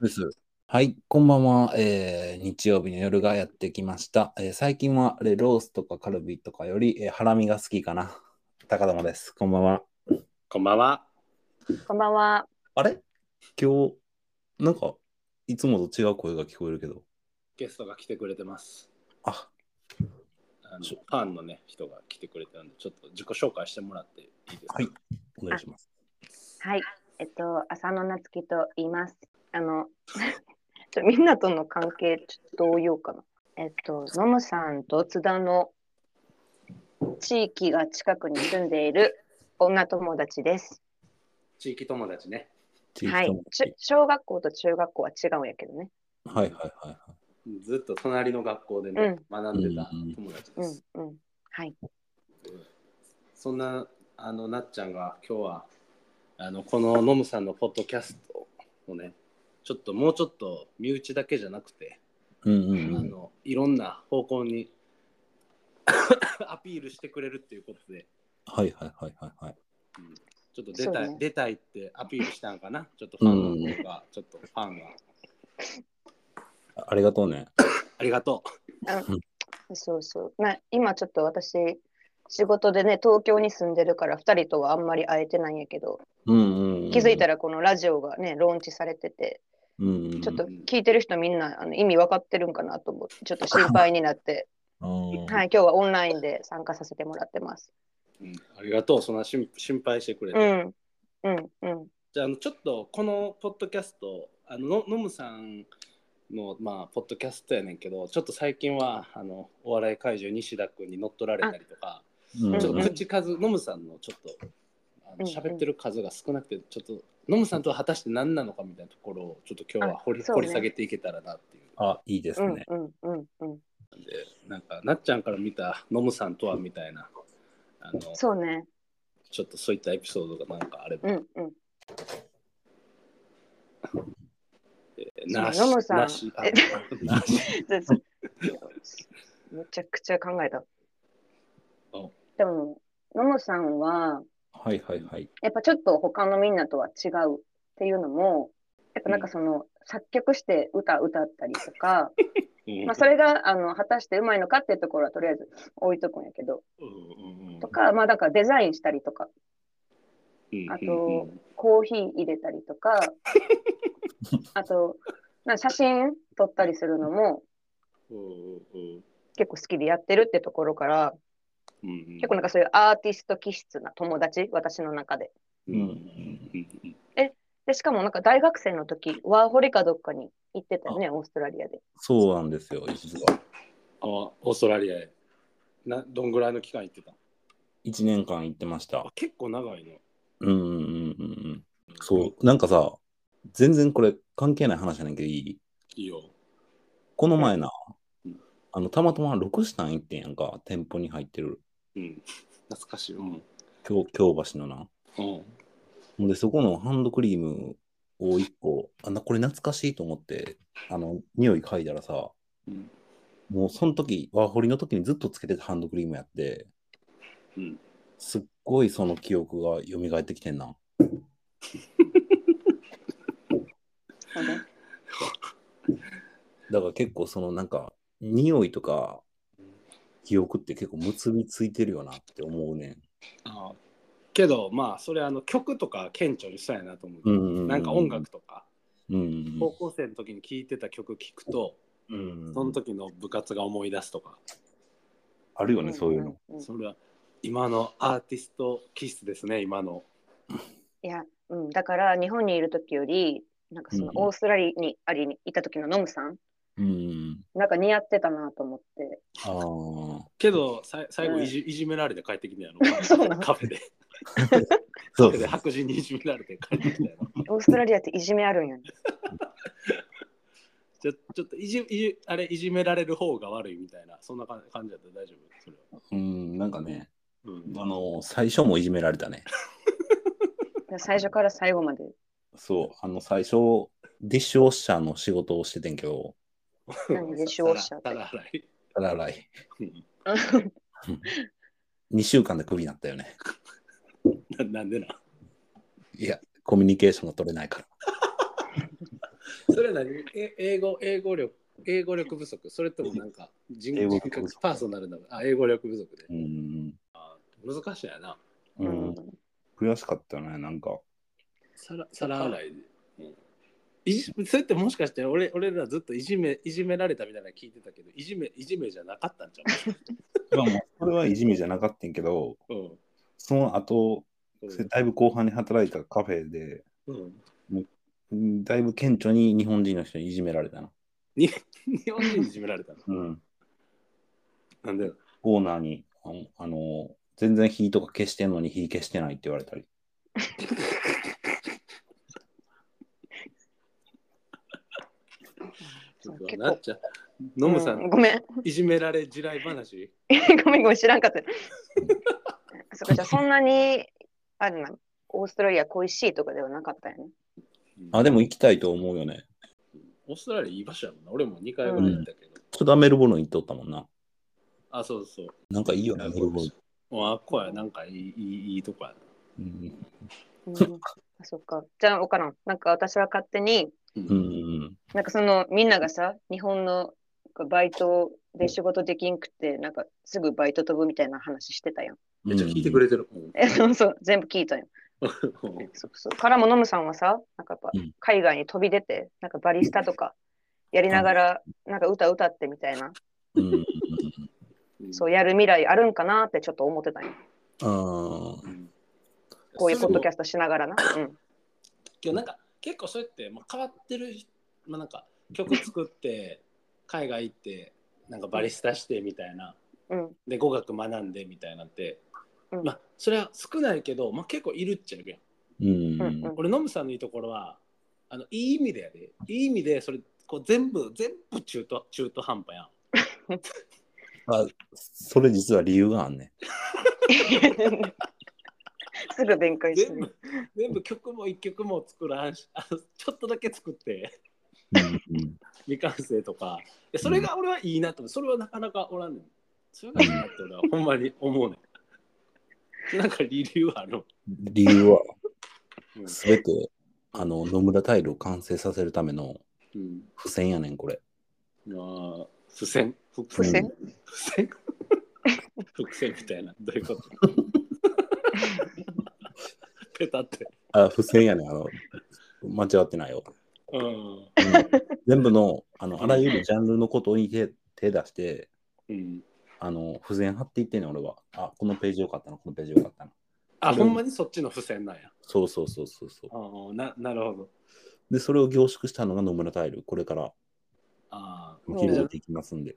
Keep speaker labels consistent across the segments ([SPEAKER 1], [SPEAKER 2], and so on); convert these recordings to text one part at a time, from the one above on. [SPEAKER 1] です。はい、こんばんは、えー日曜日の夜がやってきました。えー最近はえーロースとかカルビとかより、えーハラミが好きかな。高玉です。こんばんは。
[SPEAKER 2] こんばんは。
[SPEAKER 3] こんばんは。
[SPEAKER 1] あれ今日、なんか、いつもと違う声が聞こえるけど。
[SPEAKER 2] ゲストが来てくれてます。
[SPEAKER 1] あ、
[SPEAKER 2] あの
[SPEAKER 1] ち
[SPEAKER 2] ファンのね、人が来てくれてるんで、ちょっと自己紹介してもらっていいですか。
[SPEAKER 1] はいお願いします。
[SPEAKER 3] はい。えっと、浅野夏樹と言います。あの、 ちょみんなとの関係、ちょっとどう言おうかな。えっと、ノムさんと津田の地域が近くに住んでいる女友達です。
[SPEAKER 2] 地域友達ね。
[SPEAKER 1] 地域
[SPEAKER 3] はい
[SPEAKER 1] 友。
[SPEAKER 3] ちゅ
[SPEAKER 1] 達
[SPEAKER 3] 小学校と中学校は違うんやけどね。
[SPEAKER 1] はいはいはいはい。
[SPEAKER 2] ずっと隣の学校でね、学んでた友達
[SPEAKER 3] う
[SPEAKER 2] です
[SPEAKER 3] ん。うん。はい。
[SPEAKER 2] そんな、あの、なっちゃんが今日は、あの、このノムさんのポッドキャストをね、ちょっともうちょっと身内だけじゃなくて、
[SPEAKER 1] うんうんう
[SPEAKER 2] あ
[SPEAKER 1] ん。
[SPEAKER 2] のいろんな方向に アピールしてくれるっていうことで、
[SPEAKER 1] はいはいはいはいはい。
[SPEAKER 2] ちょっと出たい、
[SPEAKER 3] そうね
[SPEAKER 2] 出たいってアピールしたんかな。 ちょっとファンの方が、ちょっとファンが。
[SPEAKER 1] あありがとうね。
[SPEAKER 2] ありがと
[SPEAKER 3] そうそう。な今ちょっと私、仕事でね、東京に住んでるから、2人とはあんまり会えてないんやけど、
[SPEAKER 1] うんうんうん。
[SPEAKER 3] 気づいた
[SPEAKER 1] ら、
[SPEAKER 3] らこのラジオがね、ローンチされてて、
[SPEAKER 1] うんうん、
[SPEAKER 3] ちょっと聞いてる人みんなあの意味分かってるんかなと思ってちょっと心配になって、
[SPEAKER 1] うん。
[SPEAKER 3] はい、今日はオンラインで参加させてもらってます。
[SPEAKER 2] う。うんありがとう。そんな心心配してくれて。
[SPEAKER 3] うん、うん、うん。
[SPEAKER 2] じゃああの、ちょっとこのポッドキャスト、あのののむさんの、まあ、ポッドキャストやねんけど、ちょっと最近はあのお笑い怪獣西田君に乗っ取られたりとか、
[SPEAKER 1] うん
[SPEAKER 2] ちょっ
[SPEAKER 1] うん
[SPEAKER 2] と口数、のむさんのちょっとあの
[SPEAKER 3] うん
[SPEAKER 2] 喋ってる数が少なくて、ちょっとのむさんとは果たして何なのかみたいなところを、ちょっと今日は掘り,、
[SPEAKER 3] あそう
[SPEAKER 2] 掘
[SPEAKER 3] ね
[SPEAKER 2] り下げていけたらなっていう。
[SPEAKER 1] あ、いいです
[SPEAKER 3] う
[SPEAKER 1] ね。
[SPEAKER 3] ん、うん、うん、うん。
[SPEAKER 2] でなんかなっちゃんから見たノムさんとはみたいなあの
[SPEAKER 3] そうね。
[SPEAKER 2] ちょっとそういったエピソードがなんかあれば、
[SPEAKER 3] うん、うん。
[SPEAKER 2] なし
[SPEAKER 3] ノムさん
[SPEAKER 2] なしあ
[SPEAKER 3] え
[SPEAKER 2] なし
[SPEAKER 3] ずずめちゃくちゃ考えた
[SPEAKER 2] お。
[SPEAKER 3] でも、のむさんは、
[SPEAKER 1] はいはいはい。
[SPEAKER 3] やっぱちょっと他のみんなとは違うっていうのも、やっぱなんかその、作曲して歌歌ったりとか、
[SPEAKER 2] うん
[SPEAKER 3] まあ、それがあの果たしてうまいのかっていうところはとりあえず置いとくんやけど、
[SPEAKER 2] うんうんうん
[SPEAKER 3] とか、まあ、だからデザインしたりとか、あと
[SPEAKER 2] うんうんうん
[SPEAKER 3] コーヒー入れたり とか、あと、なんか写真撮ったりするのも
[SPEAKER 2] うんうん
[SPEAKER 3] 結構好きでやってるってところから、
[SPEAKER 2] うんうん
[SPEAKER 3] 結構なんかそういうアーティスト気質な友達、私の中で。
[SPEAKER 2] うんうんうん
[SPEAKER 3] で、しかもなんか大学生の時、ワーホリかどっかに行ってたよね、オーストラリアで。
[SPEAKER 1] そうなんですよ、実は。
[SPEAKER 2] あオーストラリアへなどんぐらいの期間行ってた
[SPEAKER 1] 1年間行ってました
[SPEAKER 2] あ。結構長いの
[SPEAKER 1] うんうんうんうんうん。そう、なんかさ、全然これ関係ない話じゃないけどいい
[SPEAKER 2] いいよ
[SPEAKER 1] この前な
[SPEAKER 2] うん、
[SPEAKER 1] あの、たまたまロクシタン行ってんやんか、店舗に入ってる、
[SPEAKER 2] うん懐かしいうん
[SPEAKER 1] 京京橋のな。
[SPEAKER 2] うん
[SPEAKER 1] ほんで、そこのハンドクリームを1個、あなこれ懐かしいと思って、あの、匂い嗅いだらさ、
[SPEAKER 2] うん
[SPEAKER 1] もうその時、ワーホリの時にずっとつけてたハンドクリームやって、
[SPEAKER 2] うん
[SPEAKER 1] すっごいその記憶が蘇ってきてんな。
[SPEAKER 3] そうね
[SPEAKER 1] だから結構そのなんか匂いとか記憶って結構結びついてるよなって思うね
[SPEAKER 2] あけどまあそれあの曲とか顕著にしたいなと思う、
[SPEAKER 1] ん。うんう
[SPEAKER 2] なんか音楽とか
[SPEAKER 1] うんうん
[SPEAKER 2] 高校生の時に聴いてた曲聴くと、
[SPEAKER 1] うんうん
[SPEAKER 2] その時の部活が思い出すとか、
[SPEAKER 1] あるよねそういうの。
[SPEAKER 3] うんうんうん
[SPEAKER 2] それは今のアーティスト気質ですね、今の。
[SPEAKER 3] いや、うん、だから日本にいる時より、なんかその
[SPEAKER 1] うんうん
[SPEAKER 3] オーストラリアに,、ありにいた時のノムさん、
[SPEAKER 1] うんうん
[SPEAKER 3] なんか似合ってたなと思って。
[SPEAKER 1] ああ
[SPEAKER 2] けど、さい最後
[SPEAKER 3] うん
[SPEAKER 2] いじ、いじめられて帰ってきたやろ
[SPEAKER 3] そうなの。
[SPEAKER 2] カフェで。
[SPEAKER 1] そ
[SPEAKER 2] カ
[SPEAKER 1] う
[SPEAKER 2] フェ
[SPEAKER 1] そ
[SPEAKER 2] で
[SPEAKER 1] う
[SPEAKER 2] 白人にいじめられて帰ってきたやろ。
[SPEAKER 3] オーストラリアっていじめあるんやね。
[SPEAKER 2] ちょちょっといじいじあれいじめられる方が悪いみたいな、そんな感感じだったら大丈夫。それは
[SPEAKER 1] うんなんかね
[SPEAKER 2] うん
[SPEAKER 1] あの最初もいじめられたね。
[SPEAKER 3] 最初から最後まで。
[SPEAKER 1] そうあの最初ディッシュウォッシャーの仕事をしててんけど
[SPEAKER 3] 何でしょうおっしゃって
[SPEAKER 2] ただ洗い。
[SPEAKER 1] ただらい
[SPEAKER 2] うん
[SPEAKER 1] 2週間でクビになったよ ね。
[SPEAKER 2] ななんでな。
[SPEAKER 1] いやコミュニケーションが取れないから。
[SPEAKER 2] それ何え英語、英語力、英語力不足それともなんか人
[SPEAKER 1] 英語
[SPEAKER 2] 人
[SPEAKER 1] 力不足
[SPEAKER 2] 格パーソナルなのあ、英語力不足で。
[SPEAKER 1] うん。
[SPEAKER 2] 難しいやな。
[SPEAKER 1] う
[SPEAKER 3] うんん。
[SPEAKER 1] 悔しかったね、なんか。
[SPEAKER 2] さらさら洗いで。うんいじそれってもしかして俺俺らずっといじめいじめられたみたいなの聞いてたけどいじめいじめじゃなかったんちゃ
[SPEAKER 1] まあもうそれはいじめじゃなかったんやけど、
[SPEAKER 2] う、うん
[SPEAKER 1] その後、
[SPEAKER 2] うん
[SPEAKER 1] だいぶ後半に働いたカフェで、
[SPEAKER 2] うん、
[SPEAKER 1] うんだいぶ顕著に日本人の人にいじめられたな。
[SPEAKER 2] 日本人にいじめられたの
[SPEAKER 1] うん。
[SPEAKER 2] なんで
[SPEAKER 1] オーナーに、あのあの、全然火とか消してんのに火消してないって言われたり。
[SPEAKER 3] そう
[SPEAKER 2] うわ
[SPEAKER 3] 結構
[SPEAKER 2] なっちゃうノムさん、
[SPEAKER 3] うごめん。
[SPEAKER 2] いじめられ地雷話
[SPEAKER 3] ごめんごめん、知らんかった。 そっかじゃあそんなに、あれな、オーストラリア恋しいとかではなかったよね。
[SPEAKER 1] あ、でも行きたいと思うよね。
[SPEAKER 2] オーストラリアいい場所やもんな俺も2回ぐらい行ったけど、
[SPEAKER 1] ちょっとメルボルン行っとったもんな。
[SPEAKER 2] あそうそう
[SPEAKER 1] なんかいいよね、メルボルン。
[SPEAKER 2] もうあっこやなんかいいいいいいとこや
[SPEAKER 1] うん。
[SPEAKER 3] うん、あそっか。じゃあ分からん。なんか私は勝手に、
[SPEAKER 2] な
[SPEAKER 1] うんうん
[SPEAKER 3] なんかそのみんながさ、日本のバイトで仕事できんくて、なんかすぐバイト飛ぶみたいな話してたやん。
[SPEAKER 1] うん。
[SPEAKER 2] めっちゃ聞いてくれてる、うん
[SPEAKER 3] え、そうそう、全部聞いたやん。そうそうからもノムさんはさ、なんかやっぱ
[SPEAKER 1] うん
[SPEAKER 3] 海外に飛び出て、なんかバリスタとかやりながら、なんか歌歌ってみたいな、
[SPEAKER 1] うんうんうん
[SPEAKER 3] そうやる未来あるんかなってちょっと思ってたんよ。
[SPEAKER 1] あー
[SPEAKER 2] うん
[SPEAKER 3] こういうポッドキャ
[SPEAKER 2] ス
[SPEAKER 3] ストしながらな。うん。
[SPEAKER 2] トなんか結構そうやって、まあ、変わってる、まあ、なんか曲作って海外行ってなんかバリスタしてみたいな
[SPEAKER 3] うん。
[SPEAKER 2] で語学学んでみたいなんて、
[SPEAKER 3] うん
[SPEAKER 2] まあそれは少ないけど、まあ、結構いるっちゃいるや
[SPEAKER 1] うん
[SPEAKER 2] ん
[SPEAKER 3] う
[SPEAKER 1] うん
[SPEAKER 3] うん
[SPEAKER 1] ん
[SPEAKER 2] 俺ノムさんのいいところはあのいい意味でやでいい意味でそれこう全部全部中途中途半端やん
[SPEAKER 1] あそれ実は理由があんね。
[SPEAKER 3] すぐ弁解す
[SPEAKER 2] 全
[SPEAKER 3] る。
[SPEAKER 2] 部全部曲も一曲も作らんしあのちょっとだけ作って
[SPEAKER 1] うんうん
[SPEAKER 2] 未完成とかいやそれが俺はいいなと思うそれはなかなかおらんねんそれがいいなって俺はほんまに思うねん なんか理由ある
[SPEAKER 1] 理由は
[SPEAKER 2] うん
[SPEAKER 1] 全てあの野村タイルを完成させるための
[SPEAKER 2] うん
[SPEAKER 1] 付箋やねんこれ。
[SPEAKER 2] まあ付箋伏
[SPEAKER 3] 付箋
[SPEAKER 2] 付箋 伏線みたいなどういうこと ペタって
[SPEAKER 1] あ付箋やねんあの間違ってないよ。
[SPEAKER 2] うん
[SPEAKER 1] 全部のあのあらゆるジャンルのことに手手出して
[SPEAKER 2] うん
[SPEAKER 1] あの付箋貼っていってんねん俺は。あこのページよかったなこのページよかったな。
[SPEAKER 2] あ、
[SPEAKER 1] そ
[SPEAKER 2] ほ
[SPEAKER 1] れ
[SPEAKER 2] んまにそっちの付箋なんや。
[SPEAKER 1] そうそうそうそうそう。
[SPEAKER 2] あーななるほど。
[SPEAKER 1] で、それを凝縮したのが野村タイル。これから
[SPEAKER 2] あー
[SPEAKER 1] 広げていきますんで。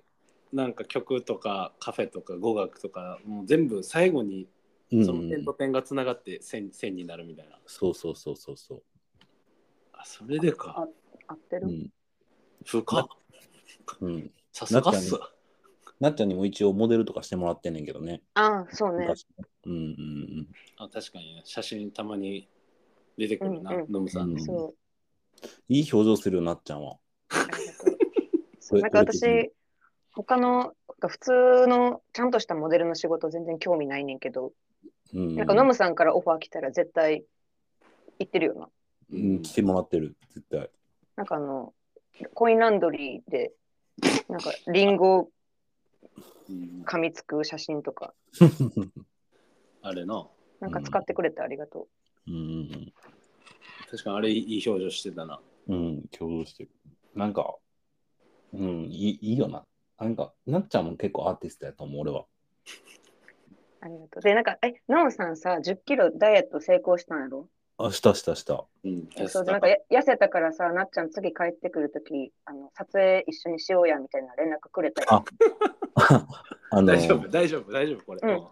[SPEAKER 2] なんか曲とかカフェとか語学とかもう全部最後に
[SPEAKER 1] うん
[SPEAKER 2] その点と点がつながって線,、線になるみたいな。
[SPEAKER 1] そうそうそうそうそう。
[SPEAKER 2] あそれでか。
[SPEAKER 3] 合って
[SPEAKER 1] う
[SPEAKER 3] る、
[SPEAKER 1] ん
[SPEAKER 2] 深っ。
[SPEAKER 1] うん、
[SPEAKER 2] さすがっす
[SPEAKER 1] な。なっちゃんにも一応モデルとかしてもらってんねんけどね。
[SPEAKER 3] ああ、そうね。
[SPEAKER 1] 昔うんうんうん。
[SPEAKER 2] あ確かにね、写真たまに出てくるな、
[SPEAKER 3] うんうん
[SPEAKER 2] ノムさんの。
[SPEAKER 3] そう。
[SPEAKER 1] いい表情するよ、なっちゃんは。
[SPEAKER 3] ありがとうそうなんか
[SPEAKER 1] これ
[SPEAKER 3] 私、他の、普通のちゃんとしたモデルの仕事全然興味ないねんけど、
[SPEAKER 1] うん、
[SPEAKER 3] なんかノムさんからオファー来たら絶対行ってるよな。
[SPEAKER 1] うん、来てもらってる、絶対。
[SPEAKER 3] なんかあの、コインランドリーで、なんかリンゴ
[SPEAKER 2] うん
[SPEAKER 3] 噛みつく写真とか、
[SPEAKER 2] あれな。
[SPEAKER 3] なんか使ってくれてありがと
[SPEAKER 1] うん、
[SPEAKER 2] 確かにあれいい表情してたな。
[SPEAKER 1] うん、うん、共同してる。なんか、うん、いいいいよな。なんか、なっちゃんも結構アーティストやと思う、俺は。
[SPEAKER 3] う。ありがとう。で、なんか、え、ノムさんさ、10キロダイエット成功したんやろ
[SPEAKER 1] あ、したしたした。
[SPEAKER 2] うん、
[SPEAKER 3] そうなんかや痩せたからさ、なっちゃん次帰ってくるとき、あの撮影一緒にしようやみたいな連絡くれたよ。
[SPEAKER 1] あの、
[SPEAKER 2] 大丈夫、大丈夫、大丈夫、これ。
[SPEAKER 3] うん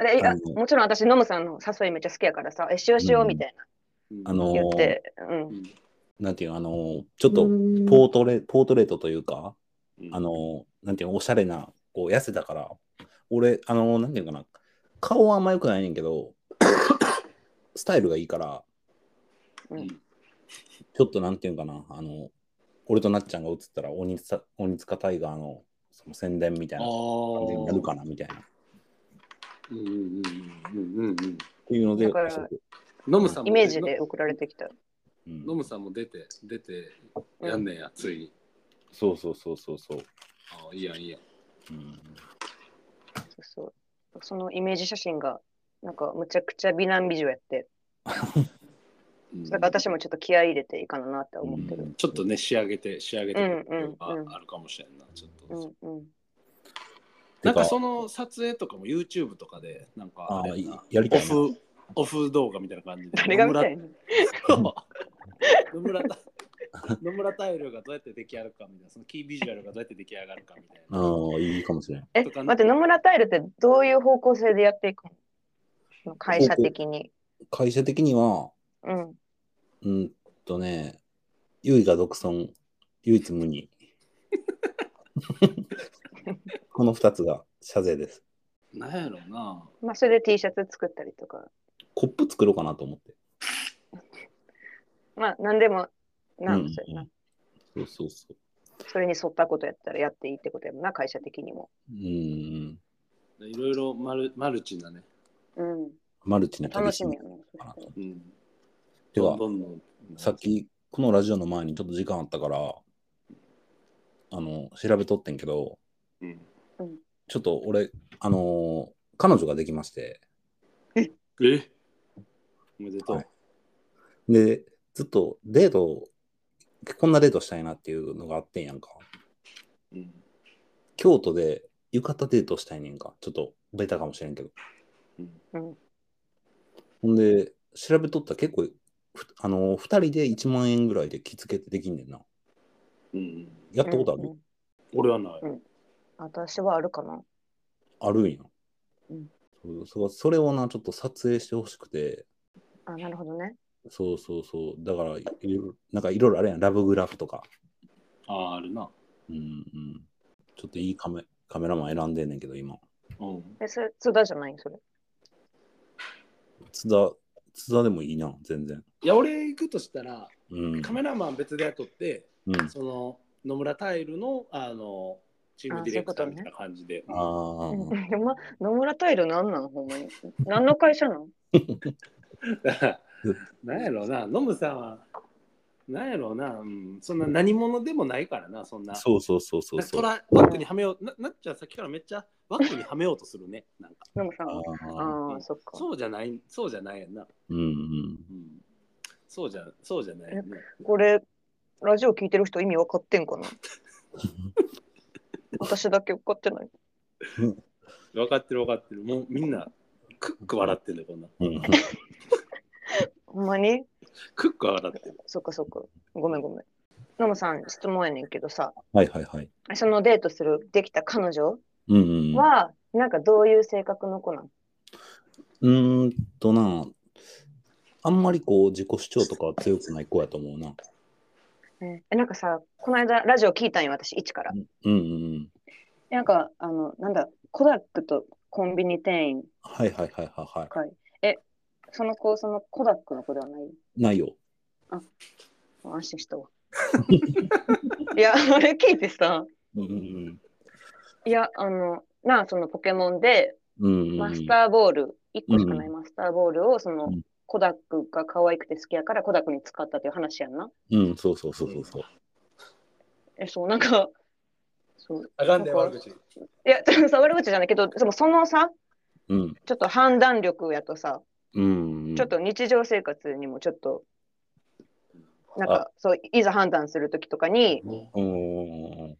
[SPEAKER 3] でいや
[SPEAKER 1] あの
[SPEAKER 3] もちろん私、ノムさんの誘いめっちゃ好きやからさ、え、しようしようみたい
[SPEAKER 2] うん
[SPEAKER 1] あ、の
[SPEAKER 3] な言って、
[SPEAKER 2] う
[SPEAKER 3] う。
[SPEAKER 2] んん
[SPEAKER 1] なんていうのあの、ちょっとポートレ、ポートレートというか、
[SPEAKER 2] うん
[SPEAKER 1] あの、なんていうの、おしゃれな、こう、痩せたから、俺、あの、なんていうのかな、顔はあんま良くないねんけ ど、スタイルがいいから、
[SPEAKER 2] うん
[SPEAKER 1] ちょっとなんていうのかな、あの、俺となっちゃんが映ったら鬼塚、鬼塚タイガーのその宣伝みたい
[SPEAKER 2] あ
[SPEAKER 1] な感じにな
[SPEAKER 2] ー
[SPEAKER 1] るかな、みたいな。っ
[SPEAKER 2] うんうんうんうんうんうん
[SPEAKER 1] ていうので、
[SPEAKER 3] だから
[SPEAKER 1] そう
[SPEAKER 2] ノムさんも
[SPEAKER 3] イメージで送られてきた。
[SPEAKER 1] うん
[SPEAKER 2] ノムさんも出て、出て、やんねや、ついに。
[SPEAKER 1] そうそうそうそうそう。
[SPEAKER 2] ああ、いいやん、いいやん。
[SPEAKER 1] うん、
[SPEAKER 3] そうそう。そのイメージ写真が、なんかむちゃくちゃ美男美女やって、
[SPEAKER 2] うん
[SPEAKER 3] だから私もちょっと気合い入れていいかなって思って
[SPEAKER 1] う
[SPEAKER 3] る。
[SPEAKER 1] ん
[SPEAKER 2] ちょっとね、仕上げて、仕上げてくっていうの
[SPEAKER 3] うんうんうん
[SPEAKER 2] があるかもしれんな、ちょっと。
[SPEAKER 3] うんうん。
[SPEAKER 2] なんかその撮影とかも YouTube とかで、なんか
[SPEAKER 1] あ
[SPEAKER 2] あ
[SPEAKER 1] あ
[SPEAKER 2] れや
[SPEAKER 1] い
[SPEAKER 2] な
[SPEAKER 1] やりた
[SPEAKER 2] オ
[SPEAKER 1] いな。
[SPEAKER 2] フ、オフ動画みたいな感じで。
[SPEAKER 3] 誰が見た
[SPEAKER 2] 野
[SPEAKER 3] いの
[SPEAKER 2] 村野村た野村太陽がどうやって出来上がるかみたいな、そのキービジュアルがどうやって出来上がるかみたいな。
[SPEAKER 1] ああ、いいかもしれん。
[SPEAKER 3] え、
[SPEAKER 2] とかね
[SPEAKER 3] 待って、野村タイルってどういう方向性でやっていくのその会社的に。
[SPEAKER 1] 会社的には、
[SPEAKER 3] うん。
[SPEAKER 1] うんとね、唯我独尊、唯一無 二。この2つが謝罪です。
[SPEAKER 2] なんやろうな。
[SPEAKER 3] まあ、それで T シャツ作ったりとか。
[SPEAKER 1] コップ作ろうかなと思って。
[SPEAKER 3] まあ、なんでも、な
[SPEAKER 1] うんん
[SPEAKER 3] それな
[SPEAKER 1] そうそうそう。
[SPEAKER 3] それに沿ったことやったらやっていいってことやもんな、会社的にも。
[SPEAKER 1] うん。
[SPEAKER 2] いろいろマルマルチなね。
[SPEAKER 3] うん。
[SPEAKER 1] マルチな
[SPEAKER 3] 楽
[SPEAKER 1] 旅
[SPEAKER 3] し
[SPEAKER 1] し
[SPEAKER 3] みやね。
[SPEAKER 2] うん。
[SPEAKER 1] では、
[SPEAKER 2] どんどんどん
[SPEAKER 1] さっき、このラジオの前にちょっと時間あったから、あの、調べとってんけど、
[SPEAKER 2] うん
[SPEAKER 1] ちょっと俺、あのー彼女ができまして、
[SPEAKER 2] えおめでとう。
[SPEAKER 1] はいで、ずっとデート、こんなデートしたいなっていうのがあってんやんか。
[SPEAKER 2] うん、
[SPEAKER 1] 京都で浴衣デートしたいねんか。ちょっとベタかもしれんけど。
[SPEAKER 3] うん。
[SPEAKER 1] ほんで、調べとったら結構、ふあのー、2人で1万円ぐらいで着付けってできんねんな。
[SPEAKER 2] うん。
[SPEAKER 1] やったことある、
[SPEAKER 3] うんうん
[SPEAKER 2] 俺はない。
[SPEAKER 3] 私はあるかな。
[SPEAKER 1] あるんや。
[SPEAKER 3] うん
[SPEAKER 1] そうそうそれをな、ちょっと撮影してほしくて、
[SPEAKER 3] あ、なるほどね。
[SPEAKER 1] そうそうそう、だから、いろいろなんかいろいろあれやん、ラブグラフとか。
[SPEAKER 2] ああ、あるな。
[SPEAKER 1] うんうん。ちょっといいカメカメラマン選んでんねんけど、今。
[SPEAKER 2] うん。
[SPEAKER 3] え、それ、津田じゃないそれ。
[SPEAKER 1] 津田、津田でもいいな、全然。
[SPEAKER 2] いや、俺行くとしたら、
[SPEAKER 1] うん。
[SPEAKER 2] カメラマン別で雇って、
[SPEAKER 1] うん、あ
[SPEAKER 2] その野村タイルのあのチームディレクターみたいな感じで。
[SPEAKER 1] あ、
[SPEAKER 3] で も、野村タイルなんなんほんまに。何の会社なん
[SPEAKER 2] だからなんやろうな、ノムさんは、なんやろうな、うん、そんな何者でもないからな、そんな。
[SPEAKER 1] そうそうそうそうそ。
[SPEAKER 2] そう
[SPEAKER 1] あ
[SPEAKER 2] ら枠にはめような、なっちゃんさっきからめっちゃ枠にはめようとするね。なんか
[SPEAKER 3] 野村さん
[SPEAKER 1] あ、
[SPEAKER 3] は。あ
[SPEAKER 2] う
[SPEAKER 3] あ、
[SPEAKER 2] ん
[SPEAKER 3] そっか。
[SPEAKER 2] そうじゃない、そうじゃないやんな。
[SPEAKER 1] うんうん。
[SPEAKER 2] うん、そうじゃ、そうじゃないやんね。
[SPEAKER 3] これ、ラジオ聞いてる人意味分かってんか な私だけ分かってない。
[SPEAKER 2] 分かってる分かってる。もうみんな、クック笑ってるね、こんな。
[SPEAKER 1] うん、
[SPEAKER 3] ほんまに
[SPEAKER 2] クック笑ってる。
[SPEAKER 3] そっかそっか。ごめんごめん。ノムさん、質問やねんけどさ、
[SPEAKER 1] はいはいはい。
[SPEAKER 3] そのデートする、できた彼女
[SPEAKER 1] うんうん。う
[SPEAKER 3] は、なんかどういう性格の子なの
[SPEAKER 1] ーんとな、あんまりこう自己主張とかは強くない子やと思うな。
[SPEAKER 3] え、なんかさ、この間ラジオ聞いたんよ、私、一から。
[SPEAKER 1] うんうんうん。
[SPEAKER 3] なんか、あの、なんだ、コダックとコンビニ店員
[SPEAKER 1] はいはいはいはいは
[SPEAKER 3] 会。え、その子、そのコダックの子ではない
[SPEAKER 1] い。ないよ。
[SPEAKER 3] 安心したわ。 いや、あれ聞いてさ、
[SPEAKER 1] うんうん
[SPEAKER 3] いや、あの、なあ、そのポケモンで、
[SPEAKER 1] うん。うんうんうん、
[SPEAKER 3] マスターボール、1個しかな
[SPEAKER 1] う
[SPEAKER 3] いマスターボールを、その、
[SPEAKER 1] うん
[SPEAKER 3] コダックが可愛くて好きやから、コダックに使ったという話やんな。
[SPEAKER 1] うん、そうそうそうそうそう。
[SPEAKER 3] え、そう、なんか、そう。
[SPEAKER 2] あ
[SPEAKER 3] かんで悪
[SPEAKER 2] 口。
[SPEAKER 3] いや、ち ょっと触る口じゃないけど、でもそのさ、
[SPEAKER 1] うん。
[SPEAKER 3] ちょっと判断力やとさ、
[SPEAKER 1] うん、うん。
[SPEAKER 3] ちょっと日常生活にもちょっと、なんか、そう、いざ判断するときとかに、
[SPEAKER 1] うんうんうんうん。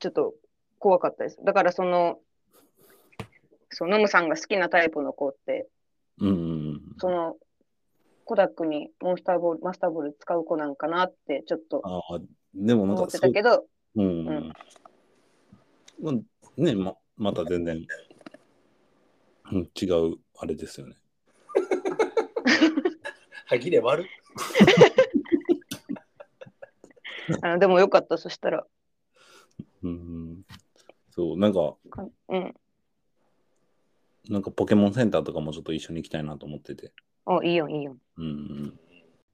[SPEAKER 3] ちょっと怖かったです。だからその、そのノムさんが好きなタイプの子って、
[SPEAKER 1] うんうんうん。
[SPEAKER 3] その、コダックにモンスターボール、マスターボール使う子なんかなってちょっと
[SPEAKER 1] ああ、でもなん
[SPEAKER 3] 思
[SPEAKER 1] か
[SPEAKER 3] ってたけど、
[SPEAKER 1] そう、うんう
[SPEAKER 3] うん
[SPEAKER 1] まあ、ねま、また全然、うん、違うあれですよね。
[SPEAKER 2] 歯切れ悪い。
[SPEAKER 3] あのでもよかった、そしたら。
[SPEAKER 1] うんうん、そう、なんか、
[SPEAKER 3] かうん。
[SPEAKER 1] なんかポケモンセンターとかもちょっと一緒に行きたいなと思ってて。
[SPEAKER 3] お、いいよ、いいよ。
[SPEAKER 1] うん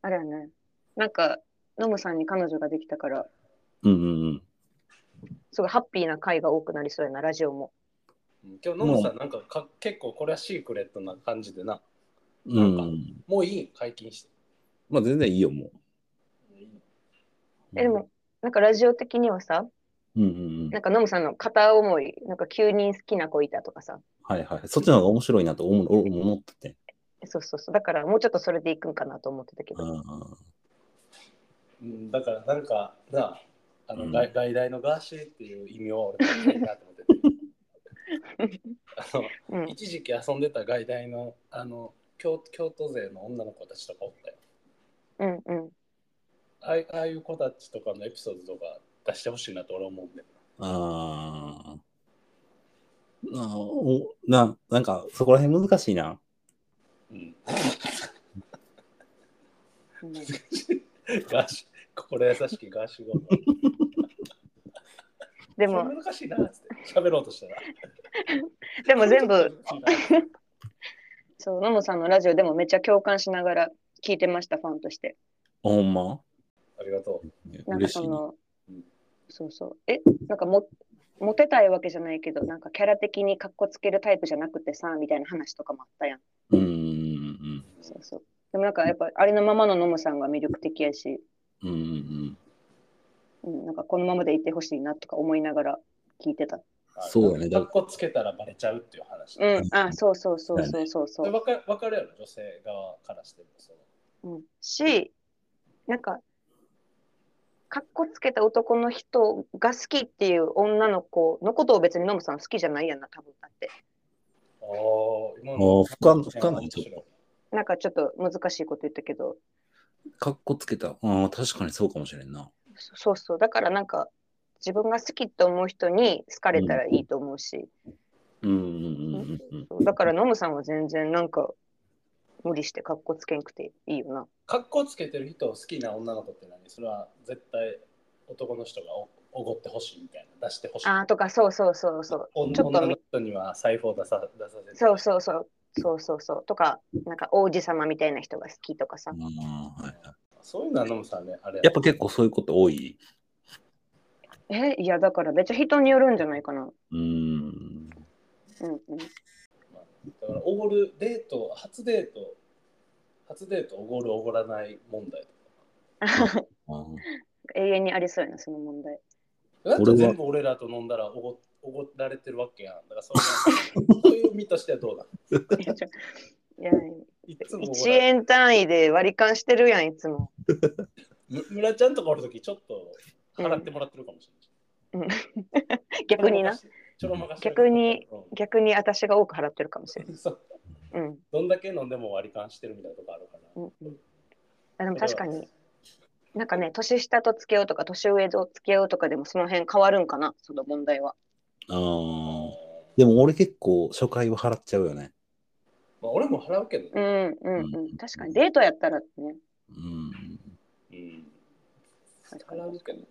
[SPEAKER 3] あれやね。なんか、ノムさんに彼女ができたから、
[SPEAKER 1] うんうんうんうん。
[SPEAKER 3] すごいハッピーな回が多くなりそうやな、ラジオも。
[SPEAKER 2] 今日ノムさんなんかか結構これはシークレットな感じでな。
[SPEAKER 1] うんうん
[SPEAKER 2] もういい解禁して。
[SPEAKER 1] まあ全然いいよ、もう。
[SPEAKER 3] えでも、なんかラジオ的にはさ、
[SPEAKER 1] うんうんうん
[SPEAKER 3] な。んかノムさんの片思い、なんか急に好きな子いたとかさ、
[SPEAKER 1] はいはい。そっちの方が面白いなと思う俺も思ってて。
[SPEAKER 3] そうそうそう、だからもうちょっとそれでいくんかなと思ってたけ
[SPEAKER 1] う
[SPEAKER 3] ど、
[SPEAKER 1] んうん
[SPEAKER 2] うん、だからなんかなあの、
[SPEAKER 1] うん
[SPEAKER 2] 外外来のガーシーっていう意味は俺もないなと思っててあの
[SPEAKER 3] うん、
[SPEAKER 2] 一時期遊んでた外大のあの京京都勢の女の子たちとかおったよ
[SPEAKER 3] うん、うん。
[SPEAKER 2] ああいああいう子たちとかのエピソードとか出してほしいなと俺は思うんだよ
[SPEAKER 1] あーなおななんかそこら辺難しいな。
[SPEAKER 2] うん、
[SPEAKER 3] うん
[SPEAKER 2] ガーシー心優しきガーシーが
[SPEAKER 3] で
[SPEAKER 2] で
[SPEAKER 3] も、
[SPEAKER 2] 難しいなっつって喋ろうとしたら
[SPEAKER 3] でも全部、そう、ノムさんのラジオでもめっちゃ共感しながら聞いてました、ファンとして。
[SPEAKER 1] ほんま
[SPEAKER 2] ありがとう
[SPEAKER 3] なんか
[SPEAKER 1] 嬉し
[SPEAKER 3] そ
[SPEAKER 1] いな。
[SPEAKER 3] の
[SPEAKER 2] うん、
[SPEAKER 3] そうそう。え、なんかも、モテたいわけじゃないけど、なんかキャラ的にかっこつけるタイプじゃなくてさ、みたいな話とかもあったやん。
[SPEAKER 1] うんうん
[SPEAKER 3] そうそう。でもなんかやっぱ、ありのままのノムさんが魅力的やし、
[SPEAKER 1] うんうんうん。
[SPEAKER 3] うん、なんかこのままでいてほしいなとか思いながら聞いてた。
[SPEAKER 1] そうだね
[SPEAKER 2] かっこつけたらバレちゃうっていう話、
[SPEAKER 3] うん、あ、そうそうそうそうそうそう。
[SPEAKER 2] わかわかるやろ女性側からしてもその
[SPEAKER 3] うん、し、なんか、かっこつけた男の人が好きっていう女の子のことを別にノムさん好きじゃないやんな、多分だって。
[SPEAKER 2] ああ、今
[SPEAKER 1] あー深深ないちょっ
[SPEAKER 2] と。
[SPEAKER 3] なんかちょっと難しいこと言ったけど、
[SPEAKER 1] かっこつけた。うん、確かにそうかもしれんな。
[SPEAKER 3] そそうそう、だからなんか、自分が好きと思う人に好かれたらいいと思うし、
[SPEAKER 1] うんうんうんうん
[SPEAKER 3] そうだからノムさんは全然なんか、無理してかっこつけんくていいよな。
[SPEAKER 2] 格好つけてる人を好きな女の子って何それは絶対男の人がおおごってほしいみたいな、出してほしい。
[SPEAKER 3] あーとか、そうそうそうそう。
[SPEAKER 2] お
[SPEAKER 3] ちょっと
[SPEAKER 2] 女の人には財布を出さ出させて。
[SPEAKER 3] そうそうそう。そうそうそう。とか、なんか王子様みたいな人が好きとかさ
[SPEAKER 1] うん。。あーはいはい
[SPEAKER 2] そういうのは飲むさんね、あれ。
[SPEAKER 1] やっぱ結構そういうこと多い。
[SPEAKER 3] え、いや、だからめっちゃ人によるんじゃないかな。
[SPEAKER 1] うん。
[SPEAKER 3] うんうん。
[SPEAKER 2] だから、おごるデート、初デート、初デートおごるおごらない問題とか。
[SPEAKER 1] あー
[SPEAKER 3] 永遠にありそうやな、その問題。
[SPEAKER 2] なん
[SPEAKER 1] 俺
[SPEAKER 2] か
[SPEAKER 1] は
[SPEAKER 2] 全部俺らと飲んだらおごおごられてるわけやん。だから それはそういう身としてはどうだ
[SPEAKER 3] いやちょいや、
[SPEAKER 2] いつもおご
[SPEAKER 3] 1
[SPEAKER 2] られ
[SPEAKER 3] 円単位で割り勘してるやん、いつも。
[SPEAKER 2] む村ちゃんとかおるときちょっと払ってもらってるかもしれない。
[SPEAKER 3] うん、逆にな。
[SPEAKER 2] ちょろまかし。
[SPEAKER 3] 逆に
[SPEAKER 2] うん
[SPEAKER 3] 逆に私が多く払ってるかもしれ
[SPEAKER 2] そう
[SPEAKER 3] ない。うん
[SPEAKER 2] どんだけ飲んでも割り勘してるみたいなとこあるか
[SPEAKER 3] う
[SPEAKER 2] ら。
[SPEAKER 3] んうん、あでも確かに、なんかね、年下と付き合うとか、年上と付き合うとかでもその辺変わるんかな、その問題は。
[SPEAKER 1] あ
[SPEAKER 2] うん
[SPEAKER 1] ーでも俺結構初回は払っちゃうよね。
[SPEAKER 2] まあ、俺も払うけど
[SPEAKER 3] う
[SPEAKER 2] ね。
[SPEAKER 3] んうんうん。確かに、デートやったらね。
[SPEAKER 1] うん。
[SPEAKER 2] うん
[SPEAKER 3] 確かに
[SPEAKER 2] 払うけどな。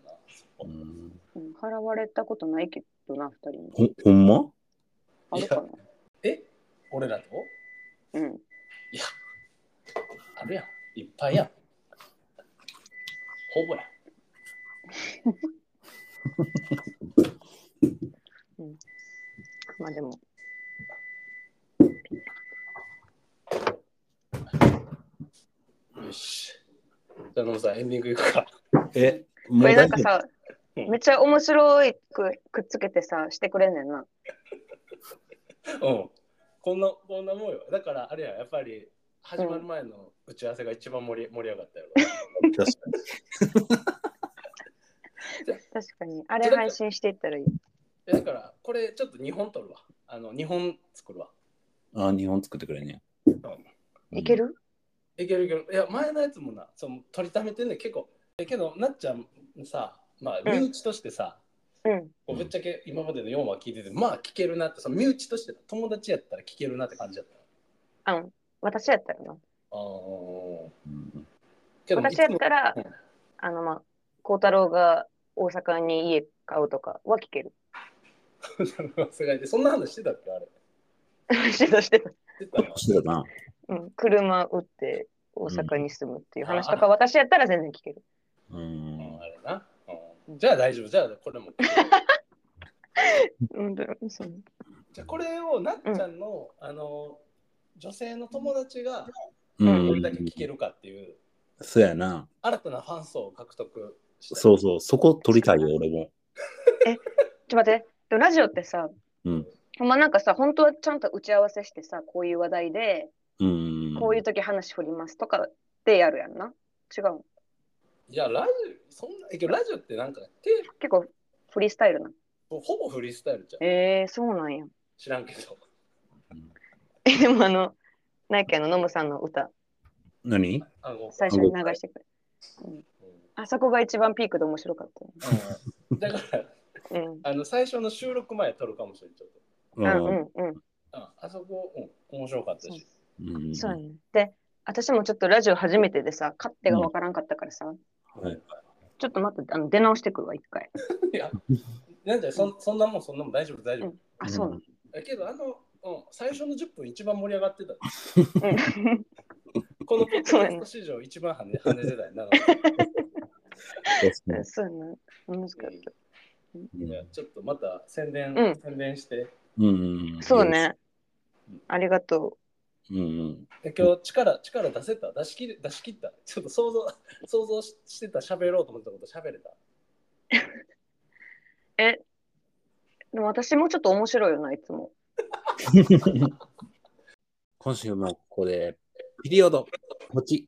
[SPEAKER 1] うん、
[SPEAKER 3] うん払われたことないけどな、二人も。
[SPEAKER 1] ほほんま
[SPEAKER 3] あるかな。
[SPEAKER 2] え俺らと
[SPEAKER 3] うん。
[SPEAKER 2] あるやん。いっぱいやん。ほぼやん。
[SPEAKER 3] まあでも。
[SPEAKER 2] よし。じゃあ、ノブさん、エンディングいくか。
[SPEAKER 1] え、もう
[SPEAKER 3] これな
[SPEAKER 1] 大
[SPEAKER 3] んか
[SPEAKER 1] 丈
[SPEAKER 3] さ、
[SPEAKER 2] うん
[SPEAKER 3] めっちゃ面白いくくっつけてさ、してくれんねんな。
[SPEAKER 2] うん。こんな、こんなもんよ。だから、あれや、やっぱり、始まる前の打ち合わせが一番盛り盛り上がったよ。
[SPEAKER 1] 夫確か
[SPEAKER 3] 確かに。あれ配信していったらいい。
[SPEAKER 2] えだから、これ、ちょっと2本取るわ。あの、2本作るわ。
[SPEAKER 1] にあ、日本作ってくれんね。
[SPEAKER 3] いける
[SPEAKER 2] いけるいける。いや、前のやつもな、その取りためてんねん結構。えけど、なっちゃんさ、まあ、
[SPEAKER 3] うん
[SPEAKER 2] 身内としてさ、
[SPEAKER 3] うん。
[SPEAKER 2] こうぶっちゃけ今までの4話聞いてて、まあ、聞けるなって、その身内として友達やったら聞けるなって感じだった。
[SPEAKER 3] あん。私やったらな。
[SPEAKER 2] あー
[SPEAKER 1] うん
[SPEAKER 2] けど
[SPEAKER 3] 私やったら
[SPEAKER 2] いつもうん、
[SPEAKER 3] あのまあ、孝太郎が大阪に家買うとかは聞ける。
[SPEAKER 2] さすがにそんな 話してたっけあれ。
[SPEAKER 3] してたしてた。
[SPEAKER 2] してたの
[SPEAKER 1] そうだな。
[SPEAKER 3] うん。車売って大阪に住むっていう話とか、私やったら全然聞ける。
[SPEAKER 1] う
[SPEAKER 2] うんん、。あれな。うんじゃあ大丈夫。じゃあ、これも。
[SPEAKER 3] うん、でもそう
[SPEAKER 2] じゃあ、これをなっちゃんの、あの、女性の友達が、
[SPEAKER 1] う
[SPEAKER 2] ど
[SPEAKER 1] ん
[SPEAKER 2] れだけ聞けるかっていう
[SPEAKER 1] そうやな。
[SPEAKER 2] 新たなファン層を獲得したい
[SPEAKER 1] そうそう、そこ取りたいよ、俺も。
[SPEAKER 3] ちょっと待って、でもラジオってさ、
[SPEAKER 1] うん
[SPEAKER 3] ほんまなんかさ、本当はちゃんと打ち合わせしてさ、こういう話題で、
[SPEAKER 1] うん。
[SPEAKER 3] こういう時話振りますとかでやるやんな。違う。
[SPEAKER 2] いや、ラジオ、そんな、えけどラジオってなんか、テー
[SPEAKER 3] 結構フリースタイルな。
[SPEAKER 2] マほぼフリースタイルじゃん。
[SPEAKER 3] えー、そうなんや。
[SPEAKER 2] 知らんけど。
[SPEAKER 3] え、でもあの、なんやっけあの、ノムさんの歌、
[SPEAKER 1] 何
[SPEAKER 2] あの、
[SPEAKER 3] 最初に流してくれ。
[SPEAKER 2] う
[SPEAKER 3] あそこが一番ピークで面白かっ
[SPEAKER 2] んだから、
[SPEAKER 3] たよ。うん。
[SPEAKER 2] あの、最初の収録前撮るかもしれん、ちょっと。
[SPEAKER 1] う。
[SPEAKER 3] あうんんうん。
[SPEAKER 2] ああそこ、うん、面白かったし。
[SPEAKER 1] うん
[SPEAKER 3] そうやね。で、私もちょっとラジオ初めてでさ、勝手がわからんかったからさ、
[SPEAKER 1] はい
[SPEAKER 3] ちょっと待って、あの出直してくるわ、一回。
[SPEAKER 2] いや、なんじゃそんそんなもん、そんなもん大丈夫、大丈夫。
[SPEAKER 3] あ、そう なの。
[SPEAKER 2] だけど、あの、うん、最初の10分一番盛り上がってた。
[SPEAKER 3] うん
[SPEAKER 2] このポッドキャスト史上一番跳ね跳ねてたよな。
[SPEAKER 1] 確か
[SPEAKER 3] うんそうやな。楽しかった。
[SPEAKER 1] に
[SPEAKER 2] いやちょっとまた宣伝、
[SPEAKER 3] うん
[SPEAKER 2] 宣伝して。
[SPEAKER 1] うん。
[SPEAKER 3] そう。ね。ありがと
[SPEAKER 1] うんうん。
[SPEAKER 2] で今日力、力出せた出し切れ出し切ったちょっと想像、想像ししてた、喋ろうと思ったこと喋れた。
[SPEAKER 3] う。でも私もちょっと面白いよな、いつも。
[SPEAKER 1] 今週もここで、ピリオド、ポチ。